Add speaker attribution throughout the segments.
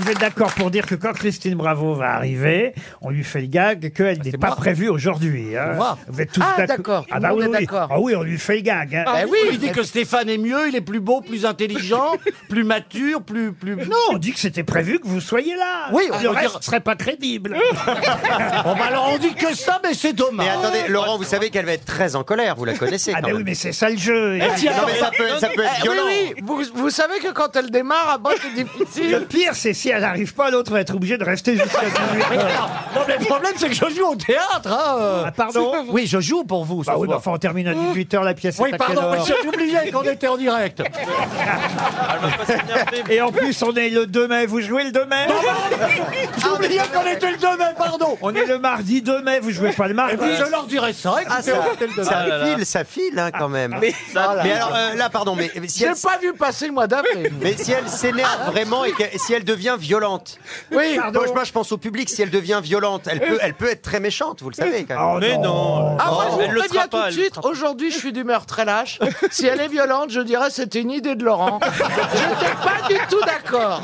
Speaker 1: vous êtes d'accord pour dire que quand Christine Bravo va arriver, on lui fait le gag qu'elle n'est pas prévue aujourd'hui. hein.
Speaker 2: moi.
Speaker 1: Vous êtes tous
Speaker 2: Ah, d'accord, tout
Speaker 1: Ah
Speaker 2: le
Speaker 1: bah
Speaker 2: monde
Speaker 1: oui,
Speaker 2: est
Speaker 1: oui.
Speaker 2: d'accord.
Speaker 1: Ah oui, on lui fait le gag. hein.
Speaker 2: Ah,
Speaker 3: Eh oui, il dit que Stéphane est mieux, il est plus beau, plus intelligent, plus mature, plus plus.
Speaker 1: Non, on dit que c'était prévu que vous soyez là.
Speaker 3: Oui, on
Speaker 1: le
Speaker 3: peut
Speaker 1: reste
Speaker 3: dire-
Speaker 1: serait pas crédible.
Speaker 3: Bon, bah alors on dit que ça, mais c'est dommage.
Speaker 4: Mais attendez, Laurent, vous savez qu'elle va être très en colère, vous la connaissez.
Speaker 1: ah
Speaker 4: quand
Speaker 1: bah oui,
Speaker 4: même.
Speaker 1: mais c'est ça le jeu. Et
Speaker 3: tiens,
Speaker 4: Non, mais ça peut, ça peut être
Speaker 2: Eh oui,
Speaker 4: violent.
Speaker 2: oui, vous, vous savez que quand elle démarre, à bas, c'est difficile.
Speaker 1: Le pire, c'est si elle n'arrive pas, l'autre va être obligé de rester jusqu'à 18 heures.
Speaker 3: Non, mais le problème, c'est que je joue au théâtre. Hein. euh.
Speaker 1: Ah, pardon
Speaker 3: Oui, je joue pour vous. ce
Speaker 1: Bah oui, mais
Speaker 3: soir.
Speaker 1: enfin, on termine à 18 heures la pièce.
Speaker 3: Oui,
Speaker 1: est à quelle
Speaker 3: pardon,
Speaker 1: heure
Speaker 3: mais j'ai oublié qu'on était en direct.
Speaker 1: Et en plus, on est le 2 mai. Vous jouez le 2 mai
Speaker 3: J'ai oublié qu'on était le 2 mai, pardon.
Speaker 1: On est le mardi 2 mai. Vous jouez pas le mardi
Speaker 3: Et puis je leur dirai ça. écoutez,
Speaker 4: Ah, ça,
Speaker 3: on était le 2 mai.
Speaker 4: ça file, ça file hein, quand même. Mais, alors euh, là, pardon, mais mais si
Speaker 2: J'ai
Speaker 4: elle,
Speaker 2: pas vu passer le mois d'avril.
Speaker 4: mais si elle s'énerve vraiment et que- si elle devient violente,
Speaker 2: Oui,
Speaker 4: moi je, moi, je pense au public, si elle devient violente, elle peut, elle peut être très méchante, vous le savez quand même.
Speaker 1: Oh, non.
Speaker 2: Ah, moi,
Speaker 4: Oh,
Speaker 2: je
Speaker 4: elle
Speaker 2: vous
Speaker 4: le
Speaker 2: préviens
Speaker 4: sera
Speaker 2: tout
Speaker 4: pas,
Speaker 2: de
Speaker 4: elle
Speaker 2: suite, aujourd'hui, je suis d'humeur très lâche. Si elle est violente, je dirais c'était une idée de Laurent. Je n'étais pas du tout d'accord.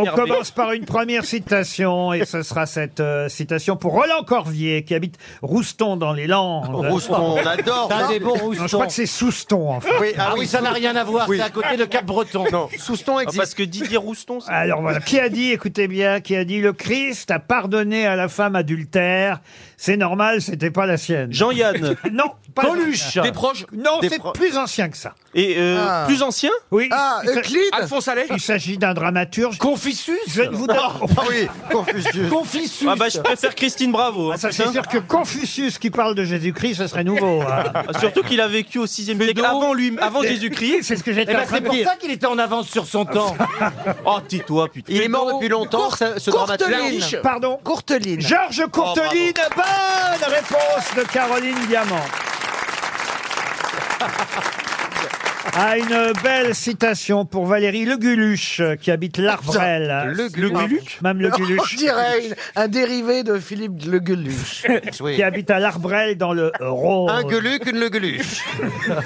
Speaker 1: On commence par une première citation, et ce sera cette euh, citation pour Roland Corvier, qui habite Rouston dans les Landes.
Speaker 4: Rouston, on adore.
Speaker 3: T'as
Speaker 4: hein.
Speaker 3: des bons
Speaker 1: Non, je
Speaker 3: roustons.
Speaker 1: crois que c'est Souston, en fait.
Speaker 4: Oui,
Speaker 3: Ah oui, ça n'a rien à voir.
Speaker 4: Oui.
Speaker 3: C'est à côté de Cap-Breton.
Speaker 4: Non, Souston existe.
Speaker 5: Ah, que Didier Rouston, c'est
Speaker 1: Alors voilà, qui a dit, écoutez bien, qui a dit le Christ a pardonné à la femme adultère, c'est normal, c'était pas la sienne.
Speaker 5: Jean-Yann.
Speaker 1: Non, pas
Speaker 3: Coluche.
Speaker 5: proches.
Speaker 1: Non,
Speaker 4: Des
Speaker 1: c'est
Speaker 4: pro-
Speaker 1: plus ancien que ça.
Speaker 5: Et euh,
Speaker 2: Ah.
Speaker 5: plus ancien
Speaker 1: Oui.
Speaker 2: Ah,
Speaker 1: il, s'a-
Speaker 2: Euclide
Speaker 5: Alphonse Allais
Speaker 1: il s'agit d'un dramaturge.
Speaker 3: Confucius
Speaker 1: Je ne vous donne.
Speaker 4: Ah oui, Confucius.
Speaker 3: Confucius
Speaker 5: Ah bah je préfère Christine Bravo. hein,
Speaker 1: Ah, ça
Speaker 5: putain.
Speaker 1: c'est sûr que Confucius qui parle de Jésus-Christ, ce serait nouveau. hein.
Speaker 5: Ah, Surtout qu'il a vécu au 6 siècle avant lui, avant Jésus-Christ.
Speaker 1: C'est ce que j'étais
Speaker 3: Eh ben,
Speaker 1: en train
Speaker 3: c'est
Speaker 1: de
Speaker 3: pour
Speaker 1: dire.
Speaker 3: ça qu'il était en avance sur son temps.
Speaker 5: Oh tais-toi putain.
Speaker 4: Il est mort depuis longtemps, ce, ce dramaturge.
Speaker 2: Courteline.
Speaker 1: Pardon.
Speaker 2: Courteline.
Speaker 1: Georges
Speaker 4: Oh,
Speaker 1: Courteline, bonne réponse de Caroline Diamant. Ah, une belle citation pour Valérie Leguluche, qui habite l'Arbrel.
Speaker 4: Le Oh, Gluc.
Speaker 1: Mme Leguluche,
Speaker 2: On dirait une- un dérivé de Philippe Le Gueuluche.
Speaker 1: qui euh. habite à l'Arbrel dans le Rhône.
Speaker 4: Un Geluc, une le Geluche.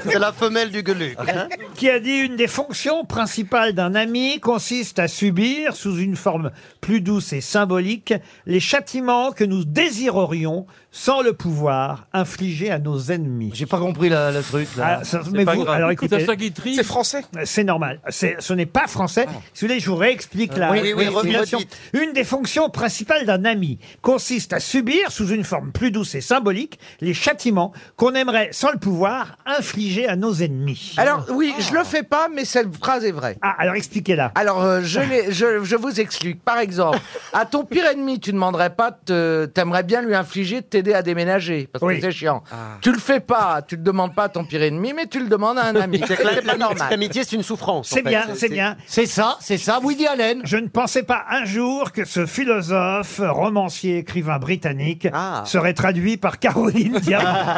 Speaker 4: C'est la femelle du Geluc. hein.
Speaker 1: qui a dit une des fonctions principales d'un ami consiste à subir, sous une forme plus douce et symbolique, les châtiments que nous désirerions sans le pouvoir infliger à nos ennemis.
Speaker 3: J'ai pas compris la- le truc là.
Speaker 1: Ah, ça- mais
Speaker 5: pas
Speaker 1: vous-
Speaker 5: grave.
Speaker 1: alors écoutez,
Speaker 5: C'est français.
Speaker 1: c'est normal. C'est, ce n'est pas français. Si vous voulez, je vous réexplique la
Speaker 4: Oui, oui, oui,
Speaker 1: formulation.
Speaker 4: redites.
Speaker 1: Une des fonctions principales d'un ami consiste à subir, sous une forme plus douce et symbolique, les châtiments qu'on aimerait, sans le pouvoir, infliger à nos ennemis.
Speaker 2: Alors oui,
Speaker 4: Ah.
Speaker 2: je le fais pas, mais cette phrase est vraie.
Speaker 1: Ah, alors expliquez-la.
Speaker 2: Alors, euh, je, l'ai- je, je vous explique. Par exemple, à ton pire ennemi, tu ne demanderais pas, de te- t'aimerais bien lui infliger de t'aider à déménager, parce que
Speaker 1: Oui.
Speaker 2: c'est chiant.
Speaker 4: Ah.
Speaker 2: Tu le fais pas, tu le demandes pas à ton pire ennemi, mais tu le demandes à un ami.
Speaker 4: C'est que la-
Speaker 2: C'est pas
Speaker 4: l'amitié,
Speaker 2: normal.
Speaker 4: l'amitié, c'est une souffrance. en
Speaker 1: C'est
Speaker 4: fait.
Speaker 1: bien, c'est bien.
Speaker 3: C'est ça, c'est ça, Woody Allen.
Speaker 1: Je ne pensais pas un jour que ce philosophe, romancier, écrivain britannique
Speaker 4: Ah.
Speaker 1: serait traduit par Caroline Diamant.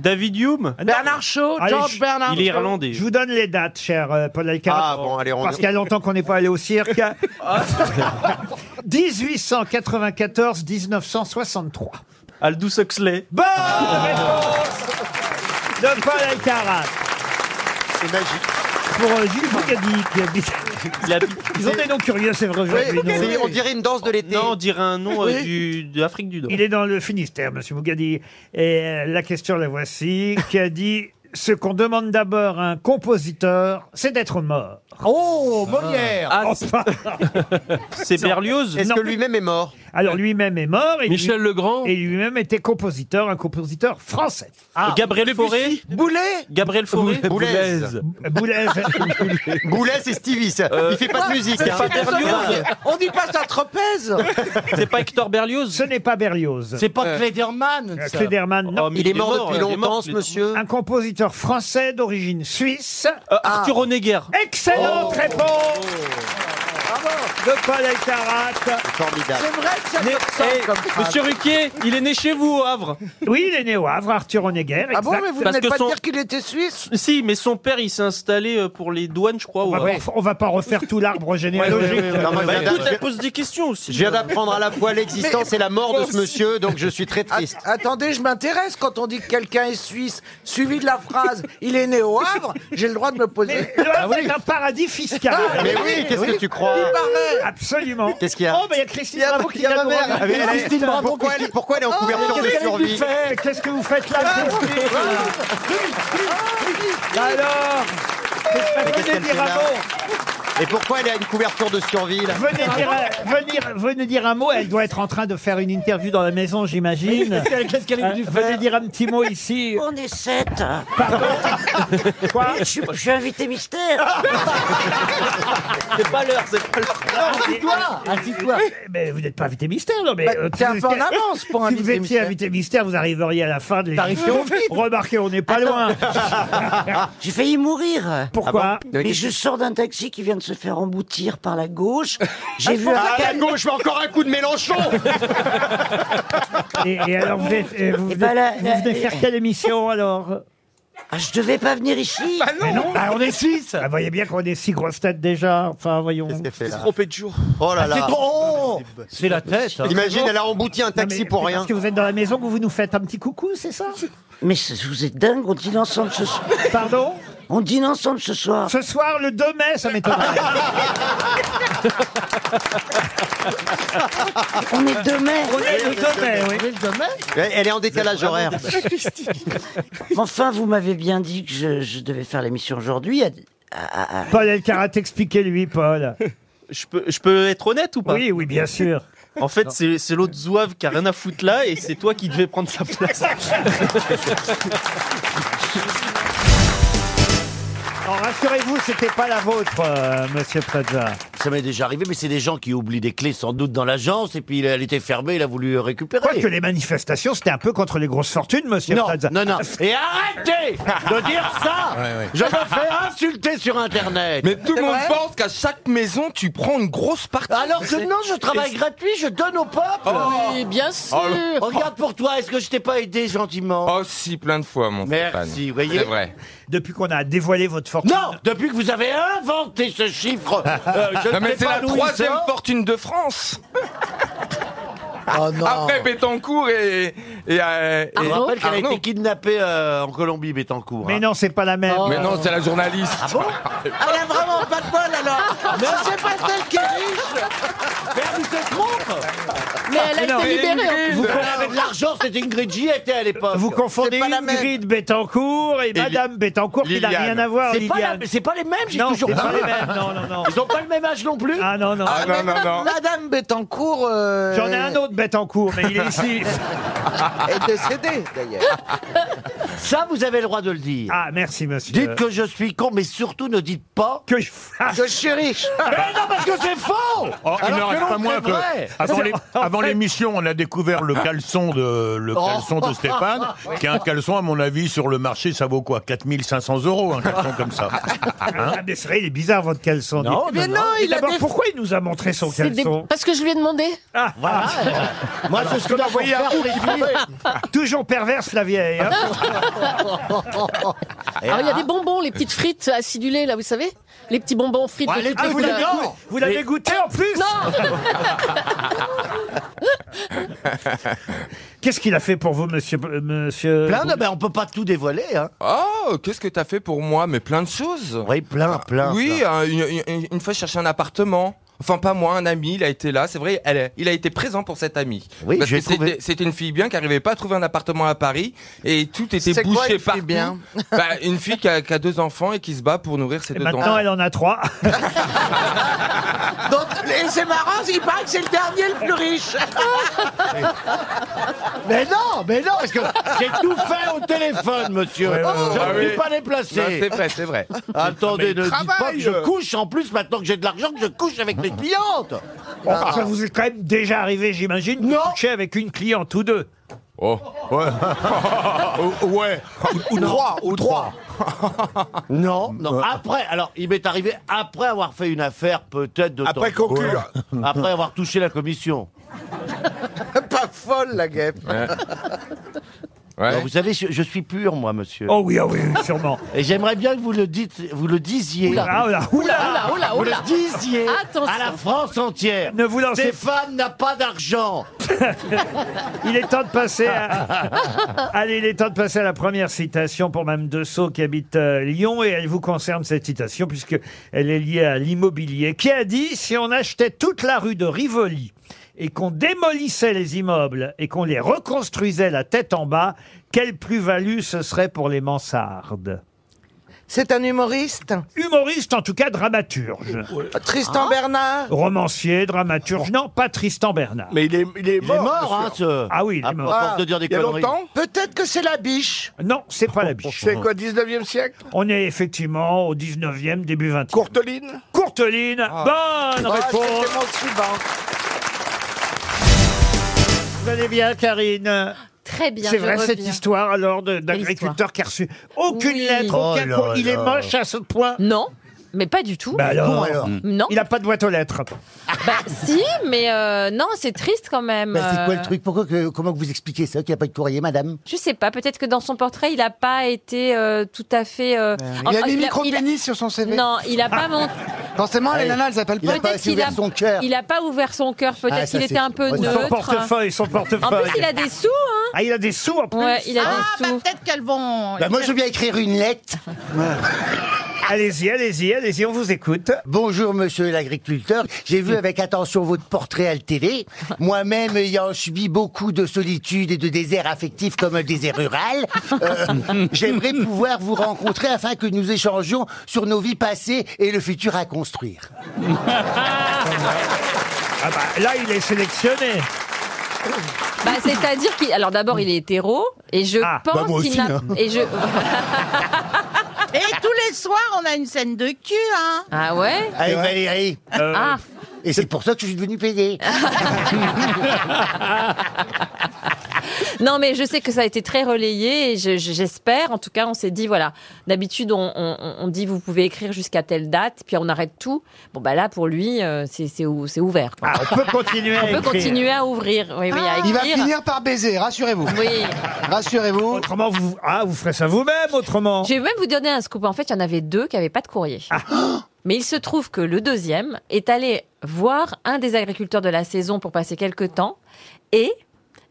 Speaker 5: David Hume.
Speaker 2: Bernard Shaw,
Speaker 1: Allez,
Speaker 2: George
Speaker 1: je-
Speaker 2: Bernard
Speaker 5: Il est
Speaker 2: Shaw.
Speaker 5: irlandais.
Speaker 1: Ah, Je vous donne les dates, cher euh, Paul Elkarat.
Speaker 4: Ah bon, allez, on
Speaker 1: Parce qu'il y a longtemps qu'on n'est pas allé au cirque. 1894-1963.
Speaker 5: Aldous Huxley.
Speaker 1: Bonne réponse de Paul Elkarat
Speaker 4: C'est magique.
Speaker 1: pour euh, Gilles Bougadi qui habite-
Speaker 5: Il habite-
Speaker 1: Ils ont des noms curieux, c'est vrai.
Speaker 4: Oui,
Speaker 1: aujourd'hui, nous.
Speaker 4: c'est- on dirait une danse de l'été.
Speaker 5: Non, on dirait un nom euh,
Speaker 2: Oui.
Speaker 5: du, de l'Afrique du Nord.
Speaker 1: Il est dans le Finistère, Monsieur Bougadi. Et euh, la question, la voici, qui a dit ce qu'on demande d'abord à un compositeur, c'est d'être mort.
Speaker 3: Oh, Molière.
Speaker 5: Ah,
Speaker 1: Enfin,
Speaker 5: c'est Berlioz.
Speaker 4: Est-ce
Speaker 1: non.
Speaker 4: que lui-même est mort
Speaker 1: alors lui-même est mort et, lui-
Speaker 3: Legrand.
Speaker 1: et lui-même était compositeur, un compositeur français.
Speaker 5: Ah, Gabriel Fauré.
Speaker 2: Boulet
Speaker 5: Gabriel Fauré.
Speaker 4: Boulez.
Speaker 1: Boulez,
Speaker 4: Boulez, c'est Stevie, ça. Il fait pas de musique. hein.
Speaker 5: Berlioz.
Speaker 2: On dit pas ça trapèze
Speaker 5: C'est pas Hector Berlioz.
Speaker 1: ce n'est pas Berlioz.
Speaker 3: C'est pas Klederman.
Speaker 1: Euh,
Speaker 3: ça. Oh.
Speaker 1: Klederman, non.
Speaker 5: Oh, mais
Speaker 4: Il est mort depuis
Speaker 5: il est mort
Speaker 4: longtemps, ce monsieur.
Speaker 1: Un compositeur français d'origine suisse.
Speaker 5: Euh,
Speaker 4: Ah.
Speaker 5: Arthur Honegger.
Speaker 1: Excellente
Speaker 3: Oh.
Speaker 1: réponse de Paul Elkarat.
Speaker 4: Formidable.
Speaker 2: C'est vrai que ça
Speaker 5: Né-
Speaker 2: me ressemble
Speaker 5: Eh,
Speaker 2: comme phrase.
Speaker 5: Monsieur Ruquier, il est né chez vous au Havre.
Speaker 1: Oui, il est né au Havre, Arthur Honegger.
Speaker 2: Ah bon,
Speaker 1: exact.
Speaker 2: mais vous
Speaker 5: Parce
Speaker 2: n'êtes
Speaker 5: que
Speaker 2: pas
Speaker 5: son-
Speaker 2: dire qu'il était suisse
Speaker 5: Si, mais son père, il s'est installé euh, pour les douanes, je crois. au
Speaker 1: On va,
Speaker 5: Havre.
Speaker 1: pas, on va pas refaire tout l'arbre généalogique.
Speaker 4: Non, moi, je
Speaker 5: Bah,
Speaker 4: viens
Speaker 5: écoute,
Speaker 4: d'app-
Speaker 5: elle pose des questions aussi.
Speaker 4: je viens d'apprendre à la fois l'existence et la mort de ce monsieur, donc je suis très
Speaker 2: At-
Speaker 4: triste.
Speaker 2: Ah, attendez, je m'intéresse quand on dit que quelqu'un est suisse, suivi de la phrase il est né au Havre, j'ai le droit de me poser.
Speaker 4: Ah
Speaker 1: Le Havre est un paradis fiscal.
Speaker 4: Mais oui, qu'est-ce que tu crois
Speaker 2: Il Marais
Speaker 1: Absolument.
Speaker 4: Ah, Qu'est-ce qu'il y a
Speaker 1: Oh, bah, il y a Christine
Speaker 4: Il y a-
Speaker 1: Bravo qui
Speaker 4: il y a
Speaker 1: vient
Speaker 4: ma
Speaker 1: nous
Speaker 4: mère.
Speaker 1: rejoindre.
Speaker 4: Ah, mais elle est-
Speaker 1: Christine Bravo,
Speaker 4: pourquoi, elle, pourquoi elle est en couverture de survie
Speaker 1: Mais Qu'est-ce que vous faites là Christine Alors Venez
Speaker 4: Mais qu'est-ce qu'elle fait
Speaker 1: dire un
Speaker 4: là
Speaker 1: mot
Speaker 4: Et pourquoi elle a une couverture de survie là
Speaker 1: Venez dire, un- venir- venez dire un mot, elle doit être en train de faire une interview dans la maison, j'imagine.
Speaker 5: Qu'est-ce qu'elle
Speaker 1: Euh, Venez dire un petit mot ici.
Speaker 6: On est sept.
Speaker 1: Quoi
Speaker 6: Je suis, je suis invité mystère.
Speaker 4: C'est pas l'heure, c'est pas l'heure.
Speaker 2: Assis-toi Assis-toi
Speaker 1: Euh, Mais vous n'êtes pas invité mystère, non mais
Speaker 2: Bah,
Speaker 1: euh,
Speaker 2: T'es un peu en avance pour
Speaker 1: Si vous
Speaker 2: inviter
Speaker 1: étiez
Speaker 2: Michel.
Speaker 1: invité mystère, vous arriveriez à la fin de
Speaker 2: T'arrives
Speaker 1: l'émission.
Speaker 2: trop vite.
Speaker 1: Remarquez, on n'est pas loin.
Speaker 6: J'ai failli mourir.
Speaker 1: Pourquoi
Speaker 6: Mais je sors d'un taxi qui vient de se faire emboutir par la gauche. J'ai vu un
Speaker 4: Ah, la
Speaker 6: camion.
Speaker 4: gauche, mais encore un coup de Mélenchon
Speaker 1: et, et alors, vous, êtes- et vous,
Speaker 6: Et bah,
Speaker 1: venez-
Speaker 6: la-
Speaker 1: vous
Speaker 6: la-
Speaker 1: venez faire quelle émission alors
Speaker 6: Ah, je devais pas venir ici.
Speaker 1: Mais non, bah, on est six Vous voyez bien qu'on est six grosses têtes déjà. Enfin, voyons.
Speaker 4: Qu'est-ce qu'elle fait là
Speaker 5: Trompé de jour.
Speaker 4: Oh là là
Speaker 2: Oh C'est la tête. hein.
Speaker 4: Imagine, elle a embouti un
Speaker 1: Non, mais
Speaker 4: taxi
Speaker 1: c'est
Speaker 4: pour rien.
Speaker 1: Parce que vous êtes dans la maison que vous nous faites un petit coucou, c'est ça
Speaker 6: Mais c'est- vous êtes dingue, on dîne ensemble ce soir.
Speaker 1: Pardon
Speaker 6: On dîne ensemble ce soir.
Speaker 1: Ce soir, le 2 mai, ça m'étonnerait.
Speaker 6: On est deux mai.
Speaker 1: on est le 2 mai, oui.
Speaker 4: Elle elle est en décalage horaire.
Speaker 6: Enfin, vous m'avez bien dit que je, je devais faire l'émission aujourd'hui. à- à- à- à-
Speaker 1: Paul Elkarat, expliquez-lui, Paul.
Speaker 5: Je peux, je peux être honnête ou pas
Speaker 1: Oui, oui, bien sûr.
Speaker 5: En fait, c'est c'est l'autre zouave qui a rien à foutre là et c'est toi qui devais prendre sa place.
Speaker 1: Alors, rassurez-vous, c'était pas la vôtre, euh, monsieur Plaza.
Speaker 3: Ça m'est déjà arrivé, mais c'est des gens qui oublient des clés sans doute dans l'agence et puis elle était fermée, il a voulu euh, récupérer.
Speaker 1: Quoique les manifestations, c'était un peu contre les grosses fortunes, monsieur
Speaker 3: Non,
Speaker 1: Plaza.
Speaker 3: non, non. Et arrêtez de dire ça Je me fais insulter sur Internet
Speaker 7: Mais tout le monde
Speaker 2: vrai
Speaker 7: pense qu'à chaque maison, tu prends une grosse partie.
Speaker 3: Alors que non, je travaille gratuit, je donne au peuple
Speaker 8: Oui, bien sûr.
Speaker 3: Regarde pour toi, est-ce que je t'ai pas aidé gentiment
Speaker 7: Oh si, plein de fois, mon
Speaker 3: Merci,
Speaker 7: Stéphane.
Speaker 3: voyez.
Speaker 7: C'est vrai.
Speaker 1: Depuis qu'on a dévoilé votre fortune.
Speaker 3: Non Depuis que vous avez inventé ce chiffre, euh, je ne
Speaker 7: Non mais
Speaker 3: sais
Speaker 7: c'est la
Speaker 3: pas d'où il
Speaker 7: troisième
Speaker 3: sort.
Speaker 7: fortune de France.
Speaker 2: Oh non
Speaker 7: Après Bettencourt et... et, euh, et
Speaker 3: Je
Speaker 8: Arnaud
Speaker 3: rappelle qu'elle a
Speaker 7: Arnaud.
Speaker 3: été kidnappée euh, en Colombie, Bettencourt.
Speaker 1: Mais
Speaker 3: hein.
Speaker 1: non, c'est pas la même.
Speaker 7: Mais non, c'est la journaliste.
Speaker 2: Ah, elle a vraiment pas de bol alors Mais c'est pas celle qui est riche Mais elle se trompe
Speaker 8: Mais elle
Speaker 1: Non,
Speaker 3: Ah,
Speaker 8: a
Speaker 1: mais
Speaker 8: été libérée.
Speaker 1: Vous,
Speaker 3: Elle avait de l'argent, c'était Ingrid J. était à l'époque.
Speaker 1: vous confondez
Speaker 2: pas la
Speaker 1: Ingrid Bettencourt et, Madame Bettencourt qui n'a
Speaker 7: Liliane.
Speaker 1: rien à voir,
Speaker 3: C'est pas, la-
Speaker 1: Liliane.
Speaker 3: c'est pas les mêmes, j'ai
Speaker 1: non,
Speaker 3: toujours
Speaker 1: c'est pas
Speaker 3: dit.
Speaker 1: les mêmes. Non, non, non.
Speaker 3: Ils ont pas le même âge non plus
Speaker 1: Ah non, non.
Speaker 7: Ah non, non, non.
Speaker 2: Madame Bettencourt euh,
Speaker 1: J'en ai un autre Bettencourt, mais il est ici.
Speaker 2: est décédée d'ailleurs.
Speaker 3: Ça, vous avez le droit de le dire.
Speaker 1: Ah, merci, monsieur.
Speaker 3: Dites que je suis con, mais surtout ne dites pas.
Speaker 1: que je Ah, fasse.
Speaker 2: Je suis riche
Speaker 3: Mais non, parce que c'est faux
Speaker 9: Oh, il
Speaker 3: Alors
Speaker 9: n'en
Speaker 3: que Ah,
Speaker 9: reste pas
Speaker 3: l'autre
Speaker 9: moins
Speaker 3: est
Speaker 9: que
Speaker 3: vrai.
Speaker 9: avant les- avant l'émission, on a découvert le caleçon de le
Speaker 7: Oh.
Speaker 9: caleçon de Stéphane, qui est un caleçon à mon avis sur le marché, ça vaut quoi 4500 euros un caleçon comme ça.
Speaker 1: Ah, mais c'est vrai, il est bizarre votre caleçon.
Speaker 3: Non,
Speaker 1: Dites-
Speaker 2: Mais non,
Speaker 1: Et
Speaker 2: il a
Speaker 1: d'abord,
Speaker 2: des...
Speaker 1: pourquoi il nous a montré son
Speaker 8: C'est des-
Speaker 1: caleçon
Speaker 8: Parce que je lui ai demandé.
Speaker 3: Voilà. Moi, je suis là pour faire plaisir.
Speaker 1: Toujours perverse, la vieille. hein.
Speaker 8: Alors, Ah, il y a des bonbons, les petites frites acidulées, là, vous savez Les petits bonbons frites.
Speaker 3: Ouais,
Speaker 8: de
Speaker 3: les
Speaker 8: trucs,
Speaker 3: petits
Speaker 1: Ah, vous
Speaker 8: là.
Speaker 1: l'avez-
Speaker 3: Non.
Speaker 1: vous l'avez goûté en plus
Speaker 8: Non
Speaker 1: Qu'est-ce qu'il a fait pour vous, monsieur euh, monsieur
Speaker 3: Plein de- ben, on peut pas tout dévoiler. Hein.
Speaker 7: Oh, qu'est-ce que t'as fait pour moi Mais plein de choses.
Speaker 3: Oui, plein,
Speaker 2: Ah,
Speaker 3: plein.
Speaker 7: Oui, hein, une, une- une fois je cherchais un appartement. Enfin, pas moi, un ami, il a été là. C'est vrai, elle, est- il a été présent pour cette amie.
Speaker 3: Oui,
Speaker 7: Parce
Speaker 3: j'ai
Speaker 7: que
Speaker 3: trouvé.
Speaker 7: c'était- c'était une fille bien qui arrivait pas à trouver un appartement à Paris et tout était
Speaker 2: C'est
Speaker 7: bouché
Speaker 2: quoi, une fille
Speaker 7: partout.
Speaker 2: bien
Speaker 7: Bah, une fille qui a, qui a deux enfants et qui se bat pour nourrir ses
Speaker 1: Et
Speaker 7: deux
Speaker 1: maintenant,
Speaker 7: enfants.
Speaker 1: elle en a trois.
Speaker 2: Donc, et c'est marrant, il paraît que c'est le dernier le plus riche
Speaker 3: Mais non, mais non, parce que j'ai tout fait au téléphone, monsieur. Je
Speaker 7: Ah
Speaker 3: ne suis
Speaker 7: oui.
Speaker 3: pas
Speaker 7: Non,
Speaker 3: déplacé.
Speaker 7: C'est vrai, c'est vrai.
Speaker 3: Ah, Attendez, ne dites pas
Speaker 7: travaille.
Speaker 3: que je couche. En plus, maintenant que j'ai de l'argent, que je couche avec mes clientes.
Speaker 1: Ça vous est quand même déjà arrivé, j'imagine, de
Speaker 3: Non.
Speaker 1: coucher avec une cliente ou deux.
Speaker 7: Oh.
Speaker 9: ouais.
Speaker 3: Ou trois, ou trois. non, non. Après, alors, il m'est arrivé après avoir fait une affaire, peut-être de
Speaker 9: Après
Speaker 3: temps en temps.
Speaker 9: conclure.
Speaker 3: Après avoir touché la commission.
Speaker 2: Pas folle la guêpe
Speaker 7: Ouais.
Speaker 3: Alors, vous savez, je, je suis pur, moi, monsieur.
Speaker 1: Oh oui, oh oui, oui, sûrement.
Speaker 3: Et j'aimerais bien que vous le, dites, vous le disiez.
Speaker 1: Ah, oula, oula.
Speaker 8: Oula, oula,
Speaker 3: Vous
Speaker 8: oula.
Speaker 3: le disiez
Speaker 8: Attention.
Speaker 3: à la France entière.
Speaker 1: Ne vous lancez
Speaker 3: Stéphane n'a pas d'argent.
Speaker 1: Il est temps de passer à... Allez, il est temps de passer à la première citation pour Mme Dessau qui habite euh, Lyon et elle vous concerne cette citation puisque elle est liée à l'immobilier qui a dit si on achetait toute la rue de Rivoli et qu'on démolissait les immeubles et qu'on les reconstruisait la tête en bas, quelle plus-value ce serait pour les mansardes
Speaker 2: C'est un humoriste
Speaker 1: Humoriste, en tout cas dramaturge.
Speaker 2: Tristan Bernard
Speaker 1: Romancier, dramaturge, non, pas Tristan Bernard.
Speaker 10: Mais il est, il est
Speaker 3: Il est
Speaker 10: mort.
Speaker 3: mort, hein, ce.
Speaker 1: Ah oui, il est
Speaker 3: à
Speaker 1: mort.
Speaker 3: force de dire des
Speaker 10: il y a
Speaker 3: conneries.
Speaker 10: longtemps
Speaker 2: Peut-être que c'est la biche.
Speaker 1: Non, c'est pas la biche.
Speaker 10: C'est quoi, 19e siècle
Speaker 1: On est effectivement au 19e, début 20e.
Speaker 10: Courteline
Speaker 1: Courteline, bonne
Speaker 2: Ah,
Speaker 1: réponse.
Speaker 2: c'était mon suivant.
Speaker 1: Vous allez bien, Karine
Speaker 8: Très bien,
Speaker 1: C'est
Speaker 8: je
Speaker 1: vrai
Speaker 8: reviens.
Speaker 1: cette histoire alors de- d'agriculteur qui a reçu aucune
Speaker 8: Oui.
Speaker 1: lettre, aucun
Speaker 9: Oh là
Speaker 1: courrier. Il est
Speaker 9: là.
Speaker 1: moche à ce point.
Speaker 8: Non, mais pas du tout.
Speaker 1: Bah alors,
Speaker 8: non,
Speaker 1: il n'a pas de boîte aux lettres.
Speaker 8: bah, si, mais euh, non, c'est triste quand même.
Speaker 11: c'est quoi
Speaker 8: Euh,
Speaker 11: le truc Pourquoi que- Comment que vous expliquez ça qu'il n'y a pas de courrier, madame
Speaker 8: Je sais pas, peut-être que dans son portrait, il n'a pas été euh, tout à fait. euh, en-
Speaker 11: Il a
Speaker 8: ah,
Speaker 11: mis
Speaker 8: il a-
Speaker 11: micro-pénis sur son CV.
Speaker 8: Non, il a pas monté.
Speaker 11: Forcément, les nanas, elles appellent
Speaker 8: Peut-être
Speaker 11: pas assez
Speaker 8: qu'il
Speaker 11: ouvert
Speaker 8: a-
Speaker 11: son cœur.
Speaker 8: Il n'a pas ouvert son cœur,
Speaker 11: Ah,
Speaker 8: peut-être
Speaker 11: ça,
Speaker 8: qu'il
Speaker 11: c'est-
Speaker 8: était un peu
Speaker 11: Ouais,
Speaker 1: Son
Speaker 8: neutre.
Speaker 1: portefeuille, son portefeuille.
Speaker 8: En plus, il a des sous, hein Ah,
Speaker 1: Ah, il a des sous en plus.
Speaker 8: Ouais, il a des sous.
Speaker 11: peut-être qu'elles vont.
Speaker 1: Bah,
Speaker 11: moi, je veux bien écrire une lettre.
Speaker 1: Allez-y, allez-y, allez-y, on vous écoute.
Speaker 11: Bonjour, monsieur l'agriculteur. J'ai vu avec attention votre portrait à la télé. Moi-même, ayant subi beaucoup de solitude et de désert affectif comme un désert rural, euh, j'aimerais pouvoir vous rencontrer afin que nous échangions sur nos vies passées et le futur à construire.
Speaker 1: Ah bah, là, il est sélectionné.
Speaker 8: Bah, c'est-à-dire qu'il. Alors d'abord, il est hétéro, et je
Speaker 1: Ah,
Speaker 8: pense
Speaker 10: bah, moi
Speaker 8: qu'il
Speaker 10: aussi,
Speaker 8: n'a.
Speaker 10: hein.
Speaker 8: Et je.
Speaker 11: Et tous les soirs, on a une scène de cul, hein
Speaker 8: Ah ouais
Speaker 11: Allez,
Speaker 3: Eh,
Speaker 11: Valérie.
Speaker 8: Ah
Speaker 11: Et c'est pour ça que je suis devenu payé.
Speaker 8: Non, mais je sais que ça a été très relayé, et je- je- j'espère. En tout cas, on s'est dit, voilà. D'habitude, on, on- on dit, vous pouvez écrire jusqu'à telle date, puis on arrête tout. Bon, bah là, pour lui, euh, c'est c'est ou- c'est ouvert. quoi.
Speaker 1: Ah, on peut continuer à
Speaker 8: On peut
Speaker 1: écrire.
Speaker 8: continuer à ouvrir. Oui, oui, à
Speaker 11: Il va
Speaker 8: écrire.
Speaker 11: finir par baiser, rassurez-vous.
Speaker 8: Oui.
Speaker 11: Rassurez-vous.
Speaker 1: Autrement, vous, ah, vous ferez ça vous-même, autrement.
Speaker 8: Je vais même vous donner un scoop. En fait, il y en avait deux qui n'avaient pas de courrier. Mais il se trouve que le deuxième est allé voir un des agriculteurs de la saison pour passer quelques temps et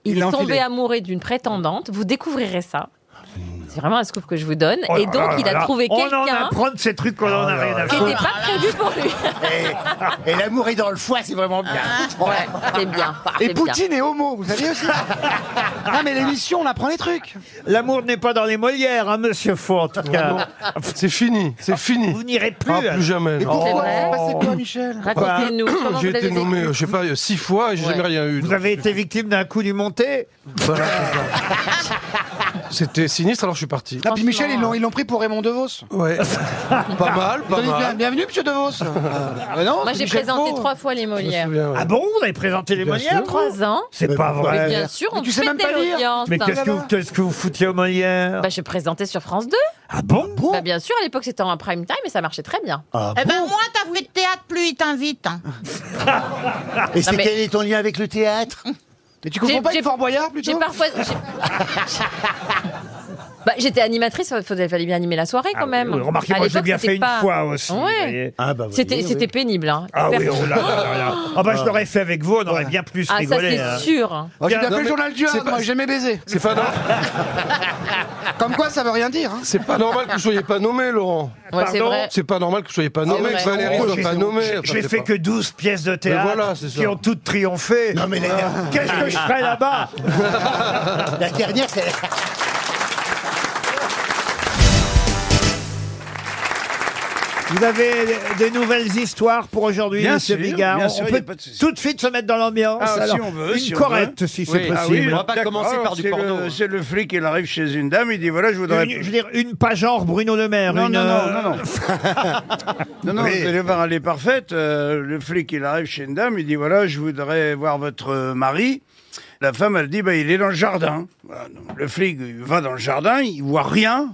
Speaker 8: il,
Speaker 10: Il
Speaker 8: est
Speaker 10: l'a
Speaker 8: tombé
Speaker 10: enfilé.
Speaker 8: amoureux d'une prétendante. Vous découvrirez ça. C'est vraiment un scoop que je vous donne.
Speaker 1: Oh
Speaker 8: et
Speaker 1: là
Speaker 8: donc,
Speaker 1: là
Speaker 8: il a
Speaker 1: là.
Speaker 8: trouvé
Speaker 1: On en
Speaker 8: quelqu'un
Speaker 1: apprend de ces trucs qu'on
Speaker 10: Ah
Speaker 1: en a rien à
Speaker 8: qui
Speaker 1: foutre.
Speaker 8: n'était pas prévu pour lui.
Speaker 11: Et, et l'amour est dans le foie, c'est vraiment bien.
Speaker 8: Ah. Ouais, c'est bien.
Speaker 10: Et
Speaker 8: c'est bien.
Speaker 10: Poutine est homo, vous saviez aussi Ah, mais l'émission, on apprend les trucs.
Speaker 1: L'amour n'est pas dans les Molières, hein, monsieur Faux, en tout cas.
Speaker 10: Ah,
Speaker 1: Ah,
Speaker 10: C'est fini, c'est fini.
Speaker 1: Vous n'irez plus.
Speaker 10: Ah, plus jamais.
Speaker 11: Et pourquoi
Speaker 4: Oh.
Speaker 8: vrai.
Speaker 11: C'est passé quoi,
Speaker 10: Ah,
Speaker 11: Michel
Speaker 8: Racontez-nous comment vous
Speaker 10: Bah, J'ai
Speaker 8: avez
Speaker 10: été nommé,
Speaker 8: vécu.
Speaker 10: euh, je sais pas, euh, six fois et j'ai
Speaker 8: Ouais.
Speaker 10: jamais rien eu.
Speaker 1: Vous
Speaker 10: donc.
Speaker 1: avez été victime d'un coup du monté
Speaker 10: Voilà, c'est ça. C'était sinistre, alors je suis parti.
Speaker 11: Ah, puis Michel, ils l'ont, ils l'ont pris pour Raymond DeVos.
Speaker 10: Ouais. pas mal,
Speaker 11: Ils ont
Speaker 10: pas
Speaker 11: dit, bien-
Speaker 10: mal.
Speaker 11: bienvenue, monsieur DeVos. Ah, non,
Speaker 8: Moi,
Speaker 11: c'est
Speaker 8: j'ai
Speaker 11: Michel
Speaker 8: présenté
Speaker 11: Faux.
Speaker 8: trois fois les
Speaker 10: Je me
Speaker 8: Molières.
Speaker 10: souviens, ouais.
Speaker 1: Ah bon Vous avez présenté les
Speaker 10: Bien
Speaker 1: Molières vous
Speaker 8: Trois ans.
Speaker 1: C'est pas
Speaker 8: Mais
Speaker 1: vrai.
Speaker 8: bien sûr,
Speaker 11: Mais
Speaker 8: on
Speaker 11: tu sais
Speaker 8: fait
Speaker 11: même pas lire.
Speaker 8: l'audience.
Speaker 1: Mais qu'est-ce que, vous, qu'est-ce que vous foutiez aux Molières
Speaker 8: Ah, bah, je présentais sur France 2.
Speaker 1: Ah bon
Speaker 8: Bah, bien sûr, à l'époque c'était en prime time et ça marchait très bien.
Speaker 11: Eh ben, moins t'as fait de théâtre, plus ils t'invitent. Et c'est
Speaker 8: Non, mais-
Speaker 11: quel est ton lien avec le théâtre
Speaker 10: Mais tu
Speaker 8: J'ai-
Speaker 10: comprends pas
Speaker 8: j'ai-
Speaker 10: avec Fort Boyard
Speaker 8: J'ai
Speaker 10: plutôt
Speaker 8: parfois. j'ai- Bah, j'étais animatrice, il fallait bien animer la soirée quand
Speaker 1: Ah oui,
Speaker 8: même.
Speaker 1: oui, remarquez,
Speaker 8: À
Speaker 1: moi, j'ai
Speaker 8: l'époque,
Speaker 1: bien
Speaker 8: c'était
Speaker 1: fait une
Speaker 8: pas-
Speaker 1: fois aussi, vous
Speaker 8: Ouais.
Speaker 1: voyez.
Speaker 10: Ah
Speaker 11: Bah,
Speaker 8: C'était c'était pénible. Hein.
Speaker 1: Ah oui, oh là là là là. Ah bah je l'aurais fait avec vous, on aurait bien plus
Speaker 8: Ah, ça
Speaker 1: rigolé.
Speaker 8: c'est
Speaker 1: hein.
Speaker 8: sûr.
Speaker 11: Moi, J'ai bien
Speaker 1: Non,
Speaker 11: fait le
Speaker 10: mais
Speaker 11: journal du
Speaker 10: c'est
Speaker 11: Hard,
Speaker 10: pas-
Speaker 11: moi, j'ai jamais baisé.
Speaker 10: C'est pas, nor-
Speaker 11: Comme quoi, ça veut rien dire. hein.
Speaker 10: c'est pas normal que vous soyez pas nommé, Laurent.
Speaker 8: Ouais, c'est
Speaker 1: Pardon
Speaker 8: vrai.
Speaker 10: C'est pas normal que vous soyez pas nommé,
Speaker 8: vrai.
Speaker 10: que
Speaker 11: Ah,
Speaker 10: Valérie
Speaker 1: Oh,
Speaker 10: soit
Speaker 1: j'ai-
Speaker 10: pas nommée.
Speaker 1: j'ai-
Speaker 10: Enfin,
Speaker 1: J'ai
Speaker 10: c'est
Speaker 1: fait
Speaker 10: pas-
Speaker 1: que 12 pièces de théâtre
Speaker 10: voilà, c'est ça.
Speaker 1: qui ont toutes triomphé.
Speaker 11: Non, mais la,
Speaker 1: Qu'est-ce que je ferais là-bas
Speaker 11: la dernière, c'est.
Speaker 1: Vous avez des nouvelles histoires pour aujourd'hui,
Speaker 10: Bien
Speaker 1: Monsieur
Speaker 10: sûr,
Speaker 1: Bigard
Speaker 10: bien
Speaker 1: On
Speaker 10: sûr, y a
Speaker 1: peut
Speaker 10: pas de souci.
Speaker 1: tout de suite se mettre dans l'ambiance.
Speaker 10: Ah, si
Speaker 1: alors.
Speaker 10: on veut,
Speaker 1: Une
Speaker 10: si on
Speaker 1: correcte, si c'est
Speaker 10: Oui, ah oui,
Speaker 1: possible.
Speaker 4: On va pas
Speaker 10: D'accord.
Speaker 4: commencer
Speaker 10: Alors,
Speaker 4: par du
Speaker 10: c'est
Speaker 4: porno.
Speaker 10: le- C'est le flic, il arrive chez une dame, il dit voilà, je voudrais.
Speaker 1: Une- je veux dire, une pas genre Bruno Le Maire.
Speaker 10: Non,
Speaker 1: une,
Speaker 10: non,
Speaker 1: euh,
Speaker 10: non, non, non. non, non, vous allez voir, elle est parfaite. Euh, le flic, il arrive chez une dame, il dit voilà, je voudrais voir votre euh, mari. La femme, elle dit bah, il est dans le jardin. Voilà, donc, le flic il va dans le jardin, il voit rien.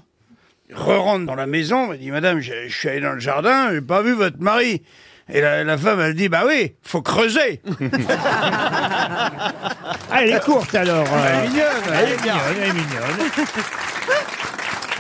Speaker 10: Il re-rentre dans la maison, il dit madame, je, je suis allé dans le jardin, j'ai pas vu votre mari. Et la, la femme, elle dit, bah oui, faut creuser.
Speaker 1: Ah, elle est courte alors. euh.
Speaker 10: Elle est mignonne,
Speaker 1: Elle est mignonne, elle est mignonne.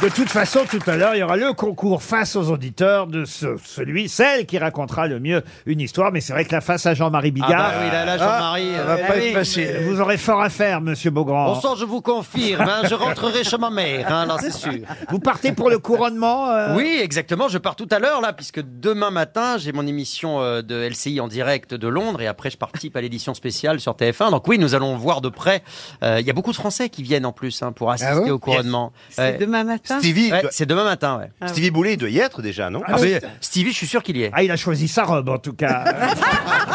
Speaker 1: De toute façon, tout à l'heure, il y aura le concours face aux auditeurs de ce- celui, celle qui racontera le mieux une histoire. Mais c'est vrai que la face à Jean-Marie Bigard.
Speaker 3: Ah bah oui, là, là, Jean-Marie,
Speaker 1: ah,
Speaker 3: euh,
Speaker 1: ça va
Speaker 3: eh
Speaker 1: pas
Speaker 3: oui,
Speaker 1: être facile.
Speaker 3: mais-
Speaker 1: Vous aurez fort à faire, monsieur Beaugrand.
Speaker 3: Bon sang, je vous confirme, hein, je rentrerai chez ma mère, hein, là c'est sûr.
Speaker 1: Vous partez pour le couronnement euh,
Speaker 4: Oui, exactement. Je pars tout à l'heure là, puisque demain matin j'ai mon émission euh, de LCI en direct de Londres et après je participe à l'édition spéciale sur TF1. Donc oui, nous allons voir de près. Euh, Il y a beaucoup de Français qui viennent en plus hein, pour assister
Speaker 11: Ah
Speaker 12: bon
Speaker 4: au couronnement.
Speaker 12: C'est demain matin Stevie,
Speaker 4: Ouais,
Speaker 12: doit-
Speaker 4: c'est demain matin. Ouais.
Speaker 12: Ah Stevie
Speaker 4: Boulet doit y être déjà, non
Speaker 12: Ah oui.
Speaker 4: Stevie, je suis sûr qu'il y est.
Speaker 1: Ah, il a choisi sa robe en tout cas.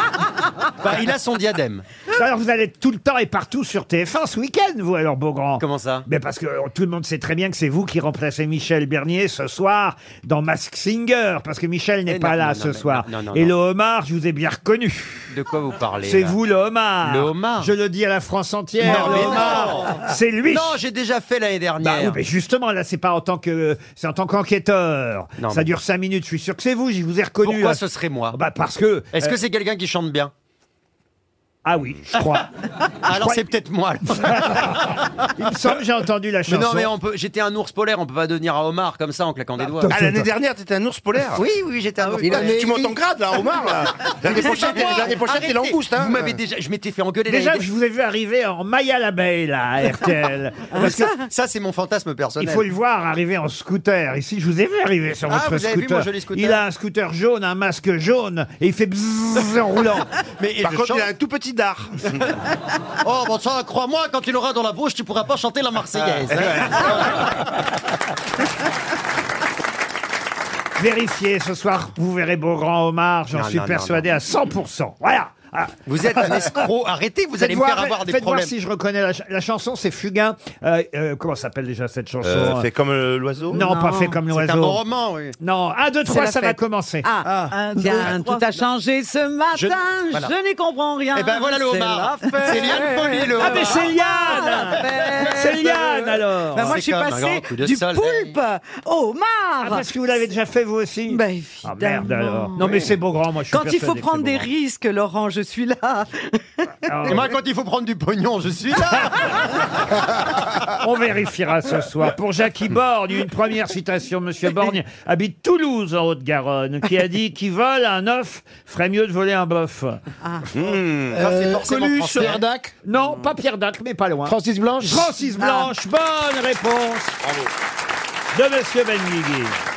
Speaker 4: Bah, il a son diadème.
Speaker 1: Alors vous allez être tout le temps et partout sur TF1 ce week-end, vous alors Beaugrand.
Speaker 4: Comment ça
Speaker 1: Mais parce que euh, tout le monde sait très bien que c'est vous qui remplacez Michel Bernier ce soir dans Mask Singer, parce que Michel n'est
Speaker 4: Eh
Speaker 1: pas
Speaker 4: non,
Speaker 1: là
Speaker 4: non,
Speaker 1: ce
Speaker 4: non, mais
Speaker 1: soir.
Speaker 4: non, non, non,
Speaker 1: et le
Speaker 4: non.
Speaker 1: homard, je vous ai bien reconnu.
Speaker 4: De quoi vous parlez
Speaker 1: C'est
Speaker 4: là
Speaker 1: vous le homard.
Speaker 4: Le homard.
Speaker 1: Je le dis à la France entière.
Speaker 4: Non,
Speaker 1: le
Speaker 4: mais
Speaker 1: homard.
Speaker 4: non.
Speaker 1: C'est lui.
Speaker 4: Non, j'ai déjà fait l'année
Speaker 1: Bah
Speaker 4: dernière.
Speaker 1: oui, mais justement, là, c'est pas en tant que, c'est en tant qu'enquêteur.
Speaker 4: Non,
Speaker 1: Ça
Speaker 4: mais-
Speaker 1: dure cinq minutes. Je suis sûr que c'est vous. Je vous ai reconnu.
Speaker 11: hein.
Speaker 4: Pourquoi
Speaker 1: là.
Speaker 4: ce serait moi
Speaker 1: Bah parce que.
Speaker 4: Est-ce
Speaker 1: euh,
Speaker 4: Ah que c'est quelqu'un qui chante bien
Speaker 1: Ah oui, je crois.
Speaker 4: Alors c'est peut-être moi.
Speaker 1: Il me semble que j'ai entendu la
Speaker 4: Mais
Speaker 1: chanson.
Speaker 4: non, mais on peut. J'étais un ours polaire. On peut pas devenir un homard comme ça en claquant des doigts.
Speaker 12: Ah, l'année dernière, t'étais un ours polaire
Speaker 4: Oui, Ah oui, j'étais un ours
Speaker 12: Putain,
Speaker 4: polaire.
Speaker 12: Tu montes en grade, là, Omar, là L'année prochaine, t'es- l'année prochaine, t'es langouste, hein
Speaker 4: Vous m'avez déjà. Je m'étais fait engueuler.
Speaker 1: Déjà,
Speaker 4: l'année
Speaker 1: je vous ai vu arriver en Maya l'abeille, là, à RTL. Parce que
Speaker 4: Ah, ça, ça, c'est mon fantasme personnel.
Speaker 1: il faut le voir arriver en scooter. Ici, je vous ai vu arriver sur
Speaker 4: Ah,
Speaker 1: votre
Speaker 4: vous avez vu
Speaker 1: scooter.
Speaker 4: mon joli scooter
Speaker 1: Il a un scooter jaune, un masque jaune, et il fait bzzz en roulant.
Speaker 4: Mais
Speaker 12: Par
Speaker 4: je
Speaker 12: contre,
Speaker 4: chante-
Speaker 12: il a un tout petit dard.
Speaker 4: Oh, bon sang, crois-moi, quand tu l'auras dans la bouche, tu pourras pas chanter la Marseillaise. hein.
Speaker 1: Vérifiez ce soir, vous verrez Beaugrand Omar, j'en
Speaker 4: Non,
Speaker 1: suis
Speaker 4: non, non,
Speaker 1: persuadé à 100%. Voilà. Ah.
Speaker 4: Vous êtes un escroc. Arrêtez, vous
Speaker 1: Faites
Speaker 4: allez me
Speaker 1: voir-
Speaker 4: faire avoir des
Speaker 1: faites
Speaker 4: problèmes.
Speaker 1: voir si je reconnais la, ch- la chanson, c'est Fugain. Euh, euh, comment s'appelle déjà cette chanson
Speaker 12: Euh,
Speaker 1: hein
Speaker 12: Fait comme euh, l'oiseau
Speaker 1: Non, pas fait comme l'oiseau.
Speaker 4: C'est un bon roman, oui.
Speaker 1: Non, 1, 2, 3,
Speaker 12: la
Speaker 1: ça va
Speaker 12: fête.
Speaker 1: commencer.
Speaker 12: Ah,
Speaker 1: un,
Speaker 12: deux,
Speaker 1: bien,
Speaker 12: trois,
Speaker 1: tout à
Speaker 12: changé ce matin,
Speaker 1: Je- voilà. je
Speaker 12: n'y comprends rien.
Speaker 1: Eh ben voilà le C'est homard. la fête. C'est Ah, Liane Folly, le homard. Ah, la fête. Ben moi,
Speaker 12: moi,
Speaker 1: C'est
Speaker 12: je suis
Speaker 1: comme un grand
Speaker 12: passé
Speaker 1: coup de
Speaker 12: du
Speaker 1: soleil.
Speaker 12: poulpe au
Speaker 1: Ah,
Speaker 12: mar.
Speaker 1: parce que vous l'avez déjà fait vous aussi
Speaker 12: Bah,
Speaker 1: Ah merde
Speaker 12: évidemment.
Speaker 1: alors. Non mais c'est beau grand, moi je suis
Speaker 12: Quand il faut
Speaker 1: persuadé que
Speaker 12: prendre
Speaker 1: c'est Ah,
Speaker 12: des
Speaker 1: Beaugrand.
Speaker 12: risques, Laurent, je suis là.
Speaker 1: Alors,
Speaker 4: Et moi, quand il faut prendre du pognon, je suis là.
Speaker 1: On vérifiera ce soir. Pour Jackie Borgne, une première citation. Monsieur Borgne habite Toulouse, en Haute-Garonne, qui a dit Qui vole un œuf ferait mieux de voler un bœuf.
Speaker 13: Ah.
Speaker 1: Dac Non, pas Pierre Dac, mais pas loin.
Speaker 13: Francis Blanche Ah.
Speaker 1: Francis Blanche, bonne réponse de Monsieur Benguigui.